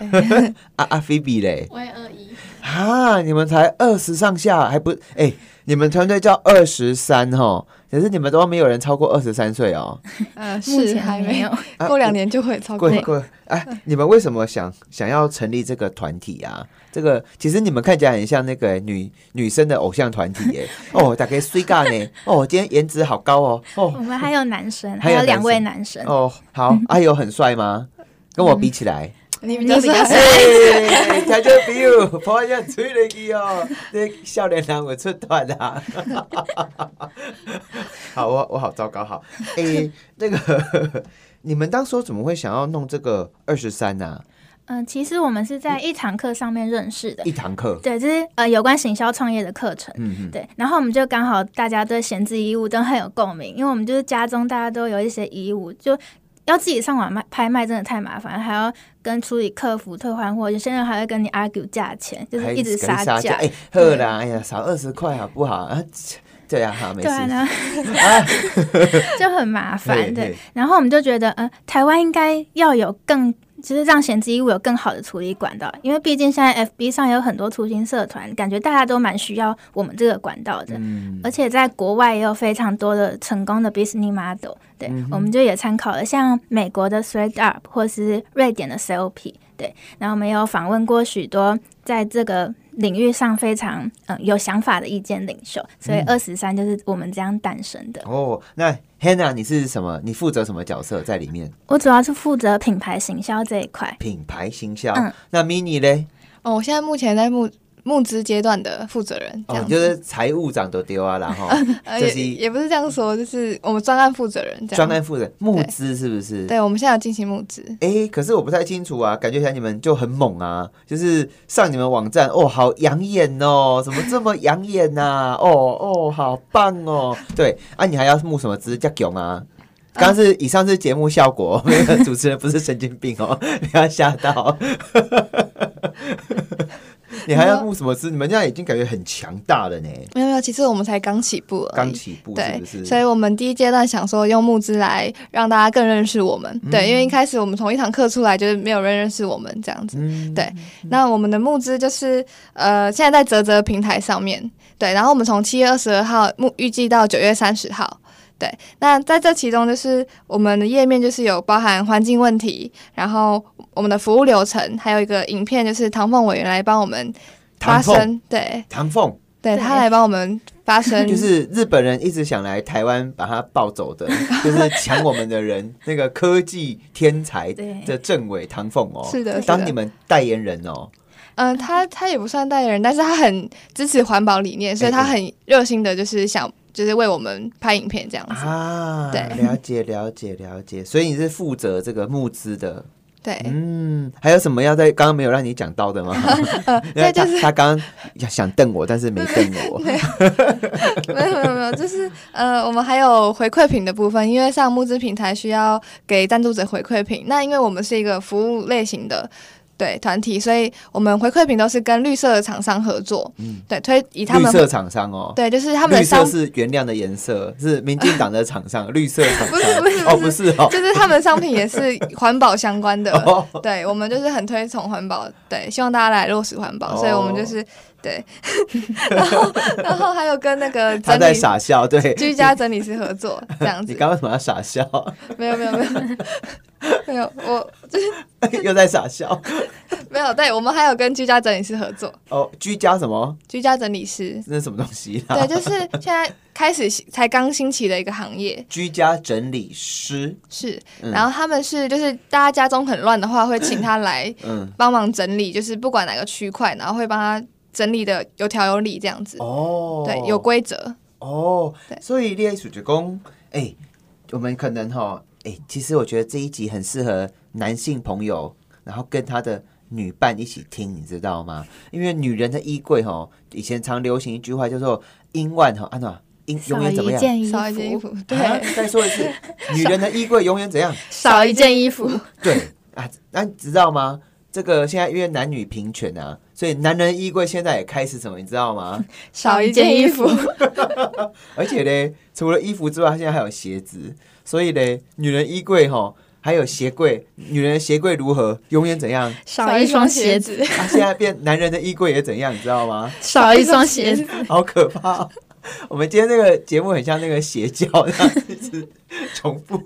C: 啊啊，Phoebe 嘞，
G: 我也二一，
C: 啊，你们才二十上下，还不哎、你们团队叫二十三哦，可是你们都没有人超过二十三岁哦。
E: 呃，
F: 目
E: 是
F: 前
E: 还
F: 没
E: 没
F: 有 [laughs]
E: 有，。
C: 啊
E: 过两年就会超过
C: 贵。贵哎，你们为什么想想要成立这个团体啊？这个其实你们看起来很像那个、女女生的偶像团体
G: [laughs]
C: 耶、哦，大概睡尬呢。哦，今天颜值好高哦。
F: 我
C: 哦
F: 们还有男生，
C: 还
F: 还
C: 有
F: 有两
C: 男
F: 位
C: 生
F: 男
G: 嗯
F: 生，
C: 哦，好，阿、友很帅吗？跟我比起来，
E: 你比
F: 就
E: 较
F: 比较
E: 帅，
C: 哎，听这比喻，破一下吹了去哦，这少年人有出团啊！ [laughs] 好，我我好糟糕，好，哎、那个你们当初怎么会想要弄这个二十三啊呢？
F: 嗯，其实我们是在一堂课上面认识的
C: 一，堂课，
F: 对，这是呃有关行销创业的课程。
C: 嗯嗯，
F: 对，然后我们就刚好大家对闲置衣物都很有共鸣，因为我们就是家中大家都有一些衣物，就要自己上网卖拍卖真的太麻烦，还要跟处理客服退换货，有些人还会跟你 argue 价钱，就
C: 还
F: 是一直
C: 跟
F: 杀
C: 价，
F: 价。
C: 哎、好啦，哎呀，少二十块好不好啊？对啊，好，没事，
F: 对啊，然后 [laughs] 就很麻
C: 嘿
F: 烦。
C: 嘿
F: 对，然后我们就觉得，呃，台湾应该要有更，就是让闲置衣物有更好的处理管道，因为毕竟现在 FB 上有很多图形社团，感觉大家都蛮需要我们这个管道的。
C: 嗯，
F: 而且在国外也有非常多的成功的 business model，对，
C: 嗯
F: 我们就也参考了像美国的 ThreadUp 或是瑞典的 COP，对，然后我们也有访问过许多在这个领域上非常嗯有想法的意见领袖，所以
C: 嗯
F: 二十三就是我们这样诞生的。
C: 哦，那 Hannah，你是什么？你负责什么角色在里面？
F: 我主要是负责品牌行销这一块，
C: 品牌行销。
F: 嗯
C: 那 Mini 嘞？
E: 哦，我现在目前在募募资阶段的负责人，这
C: 哦，
E: 样
C: 你
E: 子，
C: 就是财务长都丢啊，然
F: [laughs]
C: 后
E: 呃
C: 就
E: 也
C: 是
E: 也不是这样说，就是我们专案负责人这样。
C: 专案负责人募资是不是？
E: 对，我们现在有进行募资，
C: 哎、可是我不太清楚啊，感觉起来你们就很猛啊，就是上你们网站哦，好养眼哦，怎么这么养眼呐、 [laughs] 哦哦，好棒哦，对啊，你还要募什么资？叫囧啊！刚刚是
E: 嗯
C: 以上是节目效
E: [laughs]
C: 果，那个主持人不是神经病哦，不要吓到。 [laughs] 你还要募什么资？你们这样已经感觉很强大了呢，
E: 没有没有，其实我们才刚起步而已。
C: 刚起步是
E: 对
C: 不是？，
E: 所以我们第一阶段想说用募资来让大家更认识我
C: 嗯
E: 们。对，因为一开始我们从一堂课出来，就是没有人认识我们这样子。
C: 嗯
E: 对，那我们的募资就是呃，现在在泽泽平台上面。对，然后我们从七月二十二号募预计到九月三十号。对，那在这其中就是我们的页面就是有包含环境问题，然后我们的服务流程，还有一个影片就是唐凤委员来帮我们发
C: 唐凤，
E: 声。对，
C: 唐凤。
E: 对
F: 对
E: 他来帮我们发
C: [laughs]
E: 声，
C: 就是日本人一直想来台湾把他抱走
E: [laughs]
C: 的，就是抢我们的人，那个科技天才
F: 对
C: 的政委唐凤哦，
E: 是的，是
C: 当
E: 的
C: 你们代言人哦，
E: 嗯，他他也不算代言人，但是他很支持环保理
C: 哎
E: 念，所以他很热心的，就是想就是为我们拍影片这样子。
C: 啊，
E: 对
C: 了解了解了解，所以你是负责这个募资的，
E: 对，
C: 嗯，还有什么要在刚刚没有让你讲到的
E: [laughs]
C: 吗？因为
E: 对就是
C: 哎他他刚刚想瞪我，但是没瞪
E: [laughs]
C: 我，
E: 没有没有没有，就是呃，我们还有回馈品的部分，因为上募资平台需要给赞助者回馈品，那因为我们是一个服务类型的。对团体，所以我们回馈品都是跟绿色的厂商合作，嗯，对，推以他
C: 绿
E: 们
C: 色厂商哦，
E: 对，就是他
C: 绿
E: 们的商
C: 色是原谅的颜色，是民进党的厂商，绿色厂
E: [laughs] 不是
C: 商
E: 不是
C: 哦，不是哦，
E: 就是他们商品也是环保相关的
C: [laughs] 哦，
E: 对我们就是很推崇环保，对，希望大家来落实环
C: 哦
E: 保，所以我们就是对， [laughs] 然后然后还有跟那个
C: 他
E: 整
C: 在
E: 理
C: 傻笑，对，
E: 居家整理师合作这样
C: 你
E: 子，
C: 刚刚为什么要傻笑？ [laughs]
E: 没有没有没有没有我
C: 又在傻笑
E: 没有，对我们还有跟居家整理师合作，
C: 哦，居家什么？
E: 居家整理师，
C: 那是什么东西啊啦？
E: 对，就是现在开始才刚兴起的一个行业，
C: 居家整理师，
E: 是，
C: 嗯
E: 然后他们是就是大家家中很乱的话，会请他来
C: 嗯，
E: 帮忙整理，就是不管哪个区块，然后会帮他整理的有条有理这样子，
C: 哦，
E: 对，有规则，
C: 哦
E: 对，
C: 所以列属职工，哎、我们可能哈，哎、其实我觉得这一集很适合男性朋友，然后跟他的女伴一起听，你知道吗？因为女人的衣柜哈，以前常流行一句话叫做“因万哈安娜”，因
F: 少
C: 永远怎么
F: 一
C: 样？
F: 件衣
E: 少一件衣
F: 服，
E: 服，对， [laughs]
C: 啊，再说一次，女人的衣柜永远怎样？
E: 少一件衣服，
C: [laughs] 对啊，那你知道吗？这个现在因为男女平权啊，所以男人衣柜现在也开始什么，你知道吗？
E: 少一件衣服，
C: 而且嘞，除了衣服之外，它现在还有鞋子，所以嘞，女人衣柜哈，还有鞋柜，女人的鞋柜如何，永远怎样？
E: [laughs] 少一双鞋子，
C: 啊，现在变男人的衣柜也怎样，你知道吗？
E: [laughs] 少一双鞋子，
C: 好可怕哦、我们今天这个节目很像那个邪教这样子重复。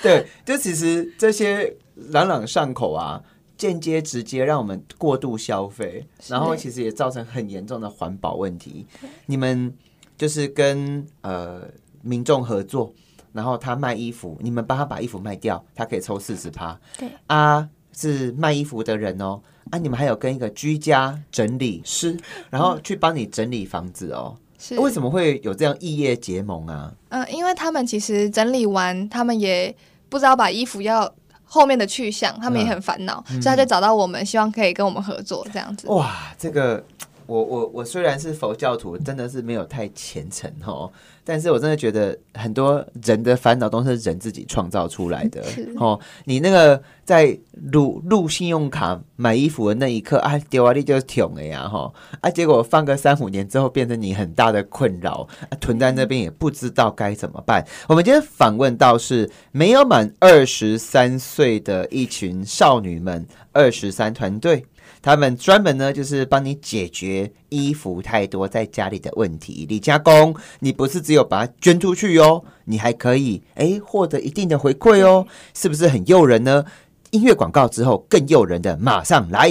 C: 对，就其实这些朗朗上口啊，间接直接让我们过度消费，然后其实也造成很严重的环保问题。你们就是跟呃民众合作，然后他卖衣服，你们帮他把衣服卖掉，他可以抽四十趴。
F: 对
C: 啊，是卖衣服的人哦。啊，你们还有跟一个居家整理师，然后去帮你整理房子哦。
E: 是
C: 为什么会有这样异业结盟啊？
E: 嗯，因为他们其实整理完，他们也不知道把衣服要后面的去向，他们也很烦恼，所以他就找到我们，希望可以跟我们合作这样子。
C: 哇，这个我我我虽然是佛教徒，真的是没有太虔诚哦，但是我真的觉得很多人的烦恼都是人自己创造出来的哦。你那个在录录信用卡买衣服的那一刻啊，丢啊你就是囧了呀哈啊，结果放个三五年之后，变成你很大的困扰，啊、囤在那边也不知道该怎么办。我们今天访问到是没有满二十三岁的一群少女们，二十三团队。他们专门呢，就是帮你解决衣服太多在家里的问题。李加工，你不是只有把它捐出去哟、你还可以诶获得一定的回馈哦，是不是很诱人呢？音乐广告之后更诱人的，马上来。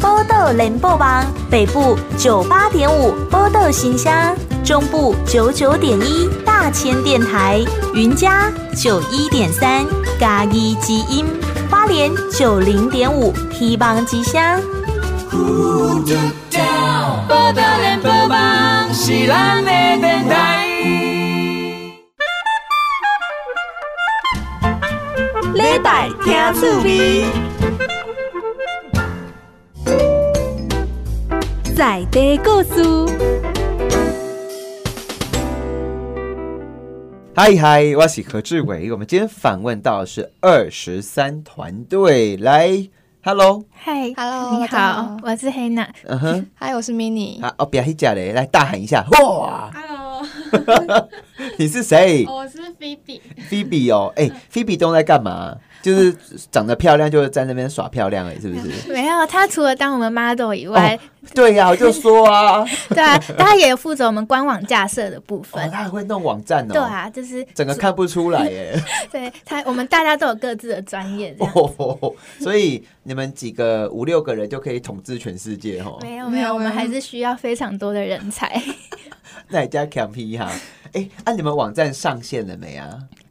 B: 波豆联播网，北部九八点五波豆新乡，中部九九点一大千电台，云嘉九一点三咖喱基音，花莲九零点五 T 邦吉祥。礼拜听趣味，在地故事。
C: 嗨嗨，我是何志伟。我们今天访问到的是二十三团队，来，Hello，
F: 嗨
E: Hello，大
F: 你
E: 家好
F: 好，我是黑
E: [laughs]
F: 娜，
C: 嗯哼，
E: 嗨，我是 mini， [laughs]
C: 啊，哦，别黑假嘞，来大喊一下，哇，
G: Hello，
C: [laughs] 你是谁？
F: 哦
G: 我是 Phoebe。
C: 菲比哦，哎、菲比都在干嘛？就是长得漂亮，就是在那边耍漂亮而已，是不是？哦
F: 没有，她除了 [laughs] 当我们 model 以外，
C: 对呀、我就说
F: [laughs]
C: 啊，
F: 对啊，她也负责我们官网架设的部
C: 哦，
F: 分。
C: 他还会弄网站哦，
F: 对，啊，就是
C: 整个看不出来耶。 [laughs]
F: 对她，我们大家都有各自的专业，这样
C: 哦，所以你们几个五六个人就可以统治全世界哦。
F: 没有没有，我们还是需要非常多的人才。
C: 那你加 campy 哈，哎、啊，你们网站上线了没啊？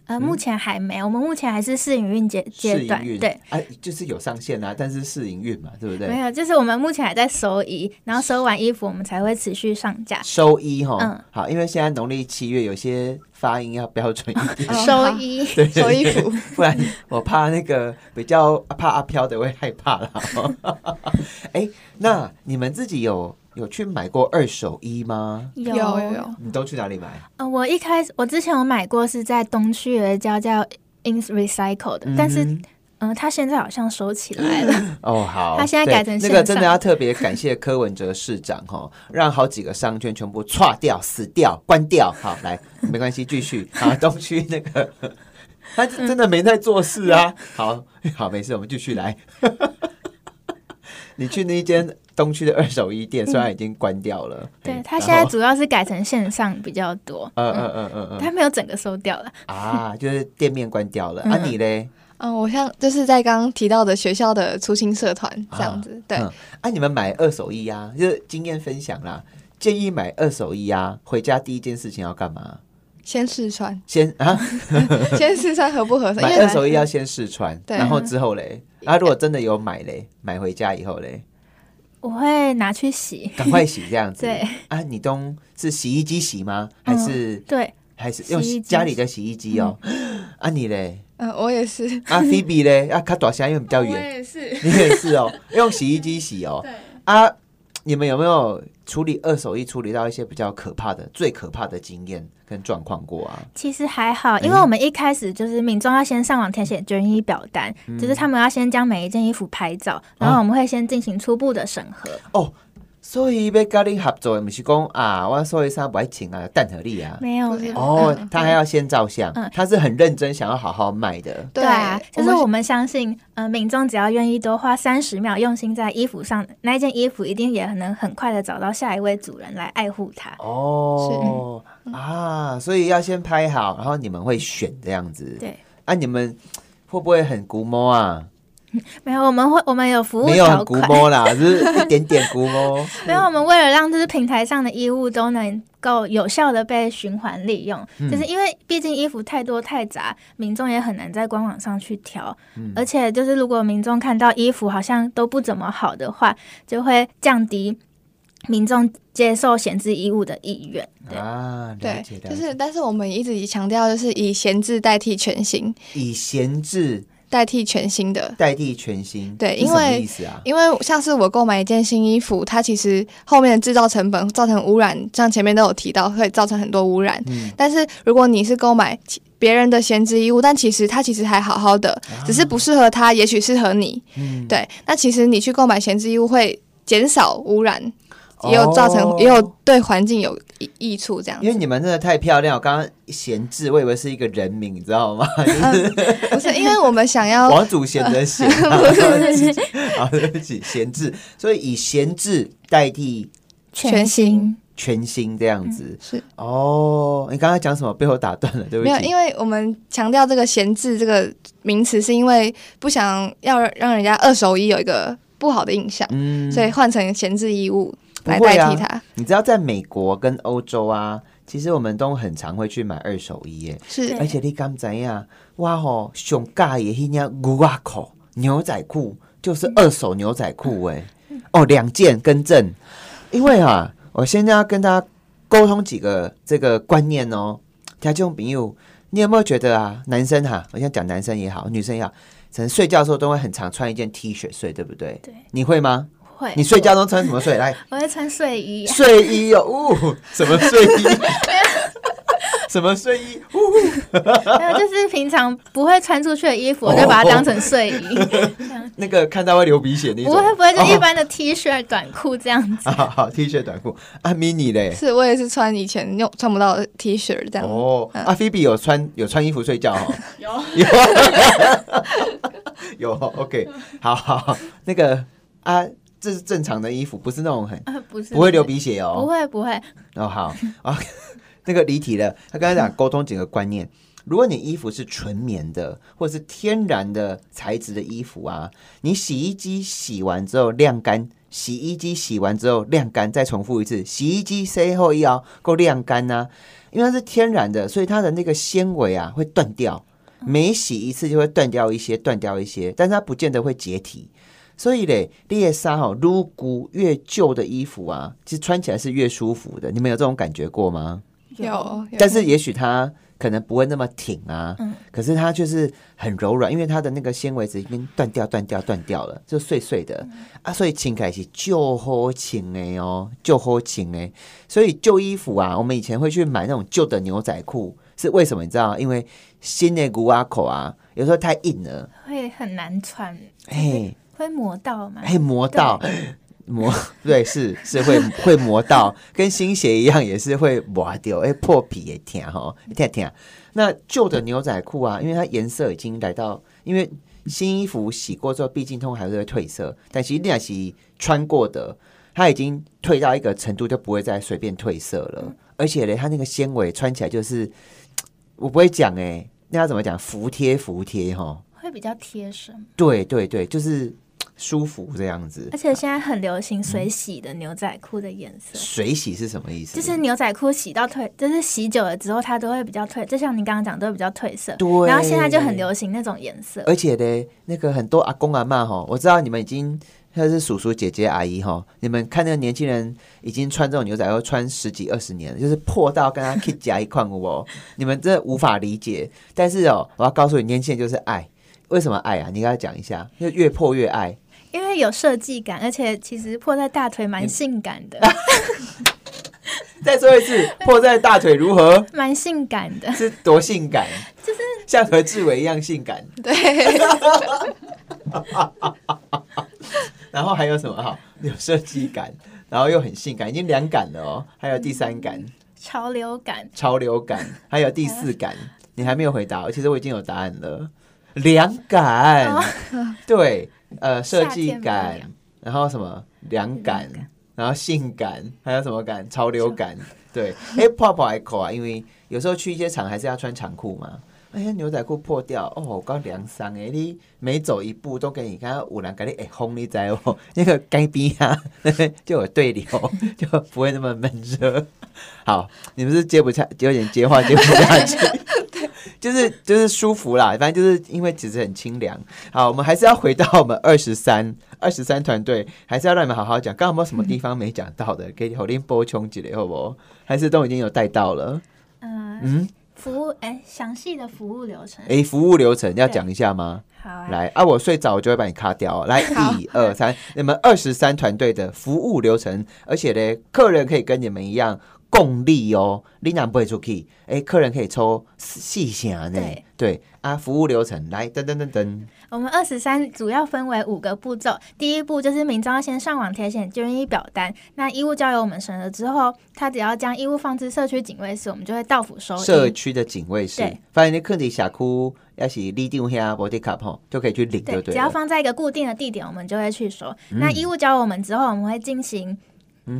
F: 呃，目前还没，我们目前还是试营运阶阶
C: 试
F: 段
C: 营，运
F: 对，
C: 啊，就是有上线啊，但是试营运嘛，对不对？
F: 没有，就是我们目前还在收衣，然后收完衣服我们才会持续上架。
C: 收衣哈，
F: 嗯
C: 好，因为现在农历七月有些发音要标准一
F: [laughs]
C: 点。
F: 收衣，
E: 收衣 [laughs] 服，
C: 不然我怕那个比较怕阿飘的会害怕啦。 [laughs] 哎、那你们自己有有去买过二手衣吗？
F: 有
E: 有有，
C: 你都去哪里买？
F: 呃，我一开始我之前有买过是在东区有一家叫 Ins Recycle 的，但是
C: 嗯
F: 嗯、呃，它现在好像收起来了。
C: 哦，好，
F: 他现在
C: 对
F: 改成
C: 那个，
F: 线
C: 真的
F: 上
C: 要特别感谢柯文哲市长哈，让好几个商圈全部歘掉、死掉、关掉。好，来，没关系，继续。好，东区那个。他真的没在做事啊！好好，没事，我们继续来。你去那一间东区的二手衣店，虽然已经关掉了，
F: 对，
C: 嗯
F: 它
C: 然
F: 现在
C: 后
F: 主要是改成线上比较多，
C: 嗯嗯嗯嗯嗯
F: 它没有整个收掉了。
C: 啊，就是店面关掉了。啊，你嘞？
E: 嗯，我像就是在刚刚提到的学校的初心社团这样子，对，
C: 嗯啊，你们买二手衣啊，就是经验分享啦。建议买二手衣啊，回家第一件事情要干嘛？
E: 先试穿，
C: 先啊，
E: 先试穿合不合 [laughs] 身，
C: 买
E: 因为
C: 二手衣要先试穿，
E: 对
C: 然后之后
E: [laughs]
C: 嘞，啊，如果真的有买嘞，买回家以后嘞，
F: 我会拿去洗。
C: 赶快洗这样
E: [laughs]
C: 子。
F: 对
C: 啊，你都是洗衣机洗吗？还
E: 嗯
C: 是
F: 对，
C: 还是用
F: 洗衣机
C: 家里的洗衣机
E: [laughs]
C: 哦？啊，你嘞？
E: 嗯，我也是，
C: 啊，菲比嘞？啊，卡短香因为比较
G: 我
C: 远，
G: 也是，
C: 你也是
G: [laughs]
C: 哦，用洗衣机洗哦。
G: 对，
C: 啊，你们有没有处理二手衣处理到一些比较可怕的、最可怕的经验跟状况过啊？
F: 其实还好，
C: 哎
F: 因为我们一开始就是民众要先上网填写捐衣表单，
C: 嗯
F: 就是他们要先将每一件衣服拍照，然后我们会先进行初步的审核。
C: 哦，所以要跟你合作的，不是讲啊，我所以衫不爱穿啊，蛋合力啊。
F: 没有，
E: 不是
C: 哦，他还要先照相
F: 嗯，
C: 他是很认真想要好好卖的。
F: 对啊，
E: 我
F: 就是
E: 们
F: 我们相信，呃，民众只要愿意多花三十秒用心在衣服上，那一件衣服一定也能很快的找到下一位主人来爱护它。
C: 哦，
F: 嗯
C: 啊，所以要先拍好，然后你们会选这样子。
F: 对，
C: 啊，你们会不会很估摸啊？
F: 没有，我们会我们有服务
C: 没有很啊
F: 条
C: 估
F: 款，
C: 摸
E: [laughs]
C: 啦，只是一点点估摸。
F: [laughs] 没有，我们为了让就是平台上的衣物都能够有效的被循环利用，
C: 嗯
F: 就是因为毕竟衣服太多太杂，民众也很难在官网上去挑，
C: 嗯
F: 而且就是如果民众看到衣服好像都不怎么好的话，就会降低民众接受闲置衣物的意愿。对
C: 啊，了
E: 对
C: 解，了解。
E: 就是，但是我们一直强调，就是以闲置代替全新，
C: 以闲置
E: 代替全新的。
C: 代替全新，
E: 对
C: 是
E: 因
C: 什么
E: 为
C: 意思啊？
E: 因为像是我购买一件新衣服，它其实后面的制造成本造成污染，像前面都有提到，会造成很多污染。
C: 嗯
E: 但是如果你是购买其别人的闲置衣物，但其实它其实还好好的，只是不适合它，也许适合你。
C: 啊嗯，
E: 对，那其实你去购买闲置衣物会减少污染，
C: 哦
E: 也有造成，也有对环境有益益处这样
C: 因
E: 子。
C: 为你们真的太漂亮，我刚刚闲置，我以为是一个人名，你知道吗？
E: 嗯，不是，因为我们想要
C: 王祖贤
E: [laughs]
C: 的贤，啊 [laughs] 好对不起，闲置，所以以闲置代替
E: 全新
C: 全新这样子。
E: 嗯是
C: 哦，你刚才讲什么？被我打断了，对不
E: 没
C: 起。
E: 有，因为我们强调这个“闲置”这个名词，是因为不想要让人家二手衣有一个不好的印象，
C: 嗯
E: 所以换成闲置衣物
C: 不
E: 来
C: 会
E: 代
C: 啊
E: 替它。
C: 你知道，在美国跟欧洲啊，其实我们都很常会去买二手衣耶。
E: 是
F: 对
C: 而且你敢怎样？哇吼，上架的迄件牛仔裤、牛仔裤就是二手牛仔裤哎、哦，两件更正。因为啊，我现在要跟大家沟通几个这个观念哦。家中朋友，你有没有觉得啊，男生哈、我现在讲男生也好，女生也好，可能睡觉的时候都会很常穿一件 T 恤睡，对不对？
F: 对哎
C: 你会吗？
F: 会，
C: 你睡觉都穿什么睡？来，
F: 我会穿
C: [laughs]
F: 睡衣，
C: 睡衣哦，呜，什么睡衣？什么睡衣？
F: 还有就是平常不会穿出去的衣服，
C: 哦
F: 我就把它当成睡衣，
C: [laughs] 那个看到会流鼻血那种。
F: 不会不会就一
C: 哦
F: 般的 T 恤、短裤这样
C: [laughs]
F: 子。
C: 啊，好好 T 恤短裤啊，mini 嘞。
E: 是我也是穿以前用穿不到的 T 恤这样。
C: 哦，
F: 嗯
C: 啊，菲比有穿有穿衣服睡觉
F: [laughs]
C: 哦，有
G: 有
C: [laughs] 有哦，OK，好好好，那个啊，这是正常的衣服，不是那种很
F: 啊不是
C: 不会流，鼻血
F: 不
C: 哦。
F: 会不会，
C: 哦，好 [laughs] 啊，那个离题了。他刚才讲沟通几个观念，如果你衣服是纯棉的或是天然的材质的衣服啊，你洗衣机洗完之后晾干，洗衣机洗完之后晾干，再重复一次，洗衣机塞后一熬够晾干呐、因为它是天然的，所以它的那个纤维啊会断掉，每洗一次就会断掉一些，断掉一些，但是它不见得会解体。所以嘞，猎杀哈，如古越旧的衣服啊，其实穿起来是越舒服的。你们有这种感觉过吗？
E: 有，有
C: 但是也许它可能不会那么挺啊，
F: 嗯
C: 可是它就是很柔软，因为它的那个纤维质已经断掉、断掉、断掉了，就碎碎的、啊，所以请起来是旧好请哎哦，旧好请哎。所以旧衣服啊，我们以前会去买那种旧的牛仔裤，是为什么？你知道吗？因为新的古阿口啊，有时候太硬了，
F: 会很难穿，
C: 嘿。
F: 会磨到吗？
C: 哎，磨到磨，对，是是会会磨到，跟新鞋一样，也是会磨掉，哎，破皮也疼哈，疼疼。那旧的牛仔裤啊，因为它颜色已经来到，因为新衣服洗过之后，毕竟通常还是会褪色，但其实那是穿过的，它已经褪到一个程度，就不会再随便褪色
F: 嗯
C: 了。而且嘞，它那个纤维穿起来就是，我不会讲哎、那要怎么讲？服帖服帖哈。
F: 会比较贴身，
C: 对对对，就是舒服这样子
F: 而。且现在很流行水洗的牛仔裤的颜色。
C: 水洗嗯是什么意思？
F: 就是牛仔裤洗到褪，就是洗久了之后，它都会比较褪，就像你刚刚讲，都会比较褪色。
C: 对
F: 然后现在就很流行那种颜色。
C: 而且呢，那个很多阿公阿嬷哈，我知道你们已经，或者是叔叔姐姐阿姨哈，你们看那个年轻人已经穿这种牛仔裤穿十几二十年了，就是破到跟他 K 加一块五哦， [laughs] 你们真的无法理解。但是哦，我要告诉你，年轻人就是爱，为什么爱啊？你跟他讲一下，因为越破越爱。
F: 因为有设计感，而且其实破在大腿蛮
C: 嗯
F: 性感
C: [laughs]
F: 的，
C: 再说一次，破在大腿如何？
F: 蛮性感的。
C: 是多性感，就是像何志伟一样性感。
E: [laughs] 对，
C: [laughs] 然后还有什么好？有设计感，然后又很性感，已经两感了哦。还有第三感。
F: 潮流感，
C: 潮流
F: [laughs]
C: 感，还有第四感，你还没有回答，其实我已经有答案了，凉感， [laughs] 对，呃，设计
F: 哦夏天不
C: 感
F: 凉，
C: 然后什么凉感，然后性感，还有什么感？潮流感，对，哎、泡泡还口啊，因为有时候去一些场还是要穿长裤嘛。哎呀，牛仔裤破掉哦，我刚凉伤哎！你每走一步都给你看，有人给你哎轰你在哦， [laughs] 那个该逼啊， [laughs] 就有对流， [laughs] 就不会那么闷热。好，你们是接不下，有点接话接不下去，就是就是舒服啦，反正就是因为其实很清凉。好，我们还是要回到我们二十三二十三团队，还是要让你们好好讲，刚刚有没有什么地方没讲到的？给口令波冲几类好不好？还是都已经有带到了？
F: 嗯、
C: 嗯，哎
F: 服务哎，详细的服务流程。
C: 诶、服务流程要讲一下吗？
F: 好啊，
C: 来啊，我睡着我就会把你卡掉哦。来，一二三， [laughs] 你们二十三团队的服务流程，而且呢，客人可以跟你们一样共利哦。你俩不会出去，哎，客人可以抽细下呢
F: 对。
C: 对啊，服务流程来，噔噔噔噔，
F: 我们二十三主要分为五个步骤，第一步就是民众要先上网填写捐医表单，那义务交由我们审核之后，他只要将义务放置社区警卫室，我们就会到府收
C: 社
F: 医。
C: 区的警卫室
F: 哦对，
C: 发现你客人峡哭，要是立定下保地卡吼，就可以去领，就
F: 对，
C: 对嗯
F: 只要
C: 了。
F: 放在一个固定的地点，我们就会去收。那义务交由我们之后，我们会进行。
C: 嗯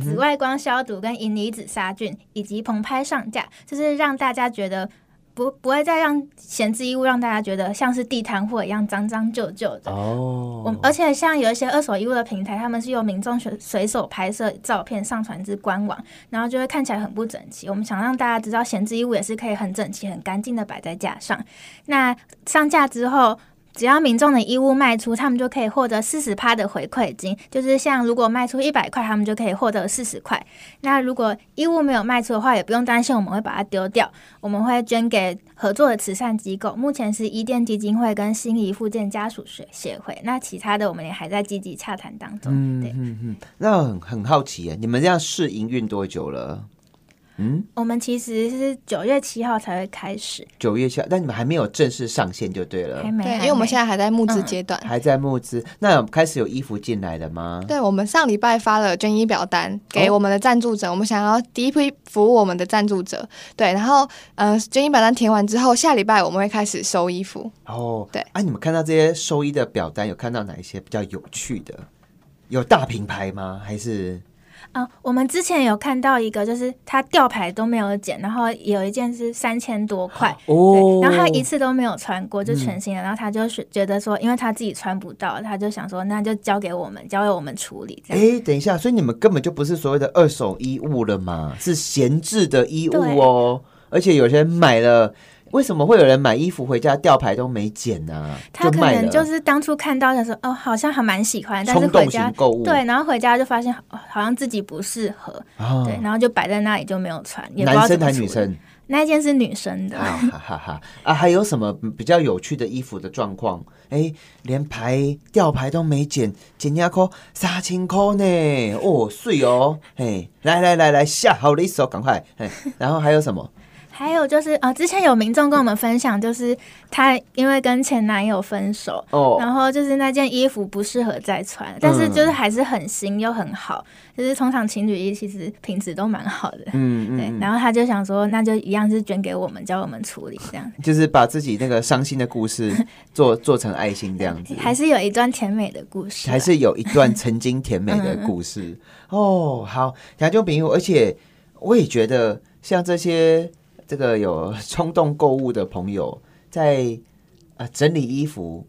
F: 紫外光消毒跟银离子杀菌，以及棚拍上架，就是让大家觉得不不会再让闲置衣物让大家觉得像是地摊货一样脏脏旧旧的。我
C: 哦
F: 们，而且像有一些二手衣物的平台，他们是由民众随随手拍摄照片上传至官网，然后就会看起来很不整齐。我们想让大家知道，闲置衣物也是可以很整齐、很干净的摆在架上。那上架之后。只要民众的衣物卖出，他们就可以获得四十趴的回馈金，就是像如果卖出一百块，他们就可以获得四十块。那如果衣物没有卖出的话，也不用担心我们会把它丢掉，我们会捐给合作的慈善机构，目前是伊甸基金会跟心仪复健家属协协会。那其他的我们也还在积极洽谈当中。
E: 嗯
F: 对，
C: 嗯那很很好奇耶，你们这样试营运多久了？
F: 我们其实是九月七号才会开始，
C: 九月下，但你们还没有正式上线就对了
F: 还。没，
E: 对，因
F: 还
E: 为我们
F: 没
E: 现在还在募资
F: 嗯
E: 阶段。
C: 还在募资，那有开始有衣服进来了吗？
E: 对，我们上礼拜发了捐衣表单给我们的赞助者，我们想要第一批服务我们的赞助者。对，然后呃，捐衣表单填完之后，下礼拜我们会开始收衣服。
C: 哦，
E: 对
C: 啊，你们看到这些收衣的表单，有看到哪一些比较有趣的？有大品牌吗？还是
F: 啊、我们之前有看到一个，就是它吊牌都没有剪，然后有一件是三千多块。
C: 哦嗯
F: 对，然后他一次都没有穿过，就全新的。然后他就是觉得说，因为他自己穿不到，他就想说，那就交给我们，交给我们处理这样。
C: 哎，等一下，所以你们根本就不是所谓的二手衣物了嘛，是闲置的衣物哦。而且有些人买了，为什么会有人买衣服回家吊牌都没剪呢、
F: 他可
C: 卖了，
F: 能就是当初看到的时候，哦，好像还蛮喜欢，但是
C: 冲
F: 回
C: 动
F: 家
C: 型购物，
F: 对，然后回家就发现哦好像自己不适合，
C: 啊
F: 对，然后就摆在那里就没有穿，也不知道
C: 男生
F: 怎么
C: 还
F: 处
C: 女
F: 理？
C: 生？
F: 那一件是女生的，
C: 啊哈哈哈！啊，还有什么比较有趣的衣服的状况？哎，连牌吊牌都没剪，剪牙扣三千块呢！哦，碎哦！嘿，来来来来，下好你手，赶快！嘿，然后还有什么？
F: 还有就是呃，之前有民众跟我们分享，就是她因为跟前男友分手，
C: 哦，嗯
F: 然后就是那件衣服不适合再穿，但是就是还是很新又很好，就是通常情侣衣其实品质都蛮好的，
C: 嗯
F: 对
C: 嗯，嗯，
F: 然后他就想说，那就一样是捐给我们，叫我们处理这样。
C: 就是把自己那个伤心的故事做做成爱心这样子，
F: 还是有一段甜美的故事啊，嗯
C: 还是有一段曾经甜美的故事哦。好，杨就比如，而且我也觉得，像这些这个有冲动购物的朋友，在啊、呃整理衣服、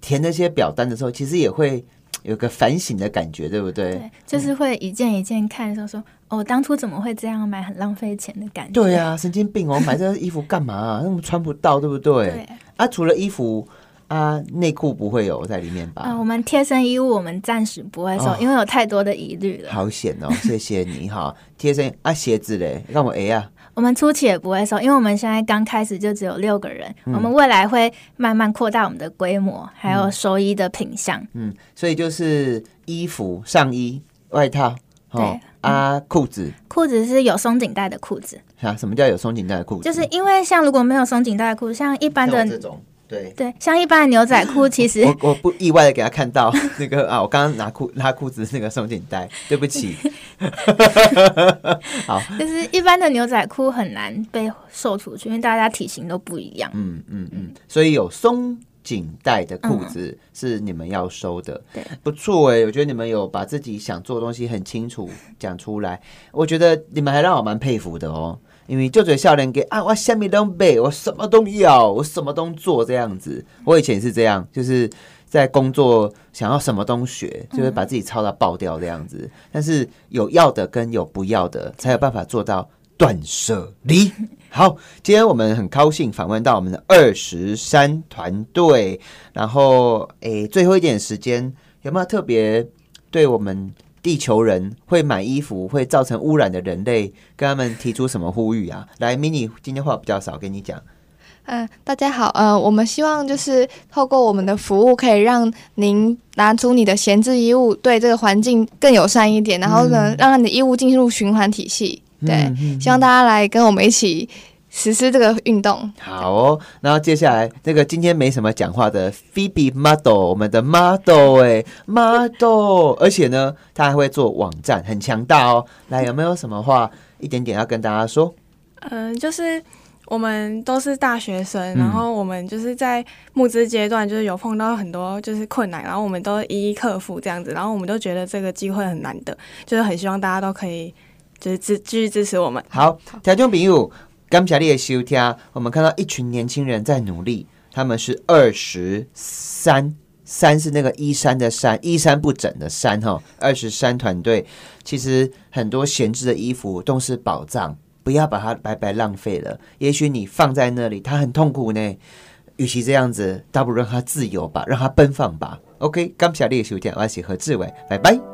C: 填那些表单的时候，其实也会。有个反省的感觉，对不对？
F: [laughs] 对，就是会一件一件看，说说哦，当初怎么会这样买，很浪费钱的感觉。
C: 对啊，神经病哦，买这衣服干嘛、啊？那么穿不到，对不对？
F: 对
C: 啊，除了衣服啊，内裤不会有在里面吧？
F: 啊，我们贴身衣物我们暂时不会收，
C: 哦
F: 因为有太多的疑虑了。
C: 好险哦，谢谢你哈。贴身啊，鞋子嘞，让我哎呀、
F: 我们初期也不会收，因为我们现在刚开始就只有六个人，
C: 嗯
F: 我们未来会慢慢扩大我们的规模，还有收衣的品相。
C: 嗯，所以就是衣服、上衣、外套，哦
F: 对
C: 啊，裤子
F: 裤子是有松紧带的裤子，
C: 啊，什么叫有松紧带的裤子？
F: 就是因为像如果没有松紧带的裤子，像一般
C: 像我
F: 的
C: 这种，对。
F: 对，像一般的牛仔裤，其实
C: 我我不意外的给他看到 [laughs] 那个啊，我刚刚拿裤拉裤子那个松紧带，对不起，
F: 就是一般的牛仔裤很难被售出去，因为大家体型都不一样。
C: 嗯嗯嗯，所以有松紧带的裤子是你们要收的，
F: 对
C: 不错哎、我觉得你们有把自己想做的东西很清 [laughs] 楚讲出来，我觉得你们还让我蛮佩服的哦。因为就嘴笑脸给啊，我下面都背，我什么都要，我什么都做这样子。我以前也是这样，就是在工作想要什么都学，就会把自己操到爆掉这样子。但是有要的跟有不要的，才有办法做到断舍 [laughs] 离。好，今天我们很高兴访问到我们的二十三团队，然后诶，最后一点时间有没有特别对我们地球人会买衣服会造成污染的人类，跟他们提出什么呼吁啊？来，mini 今天话比较少，跟你讲，
E: 嗯，大家好，呃，我们希望就是透过我们的服务，可以让您拿出你的闲置衣物，对这个环境更友善一点，然后呢，让你的衣物进入循环体系。对，
C: 嗯
E: 希望大家来跟我们一起实施这个运动。
C: 好哦。然后接下来那个今天没什么讲话的 Phoebe Model，我们的 Model 哎、Model，而且呢，他还会做网站，很强大哦。来，有没有什么话一点点要跟大家说？
G: 嗯，就是我们都是大学生，
C: 嗯
G: 然后我们就是在募资阶段，就是有碰到很多就是困难，然后我们都一一克服这样子，然后我们都觉得这个机会很难得，就是很希望大家都可以就是支继续支持我们。
C: 好，听众朋友，感谢你的收听。我们看到一群年轻人在努力，他们是二十三，三是那个衣衫的衫，衣衫不整的衫哈。二十三团队其实很多闲置的衣服都是宝藏，不要把它白白浪费了。也许你放在那里，它很痛苦呢。与其这样子，倒不如让它自由吧，让它奔放吧。OK，感谢你的收听，我是何志伟，拜拜。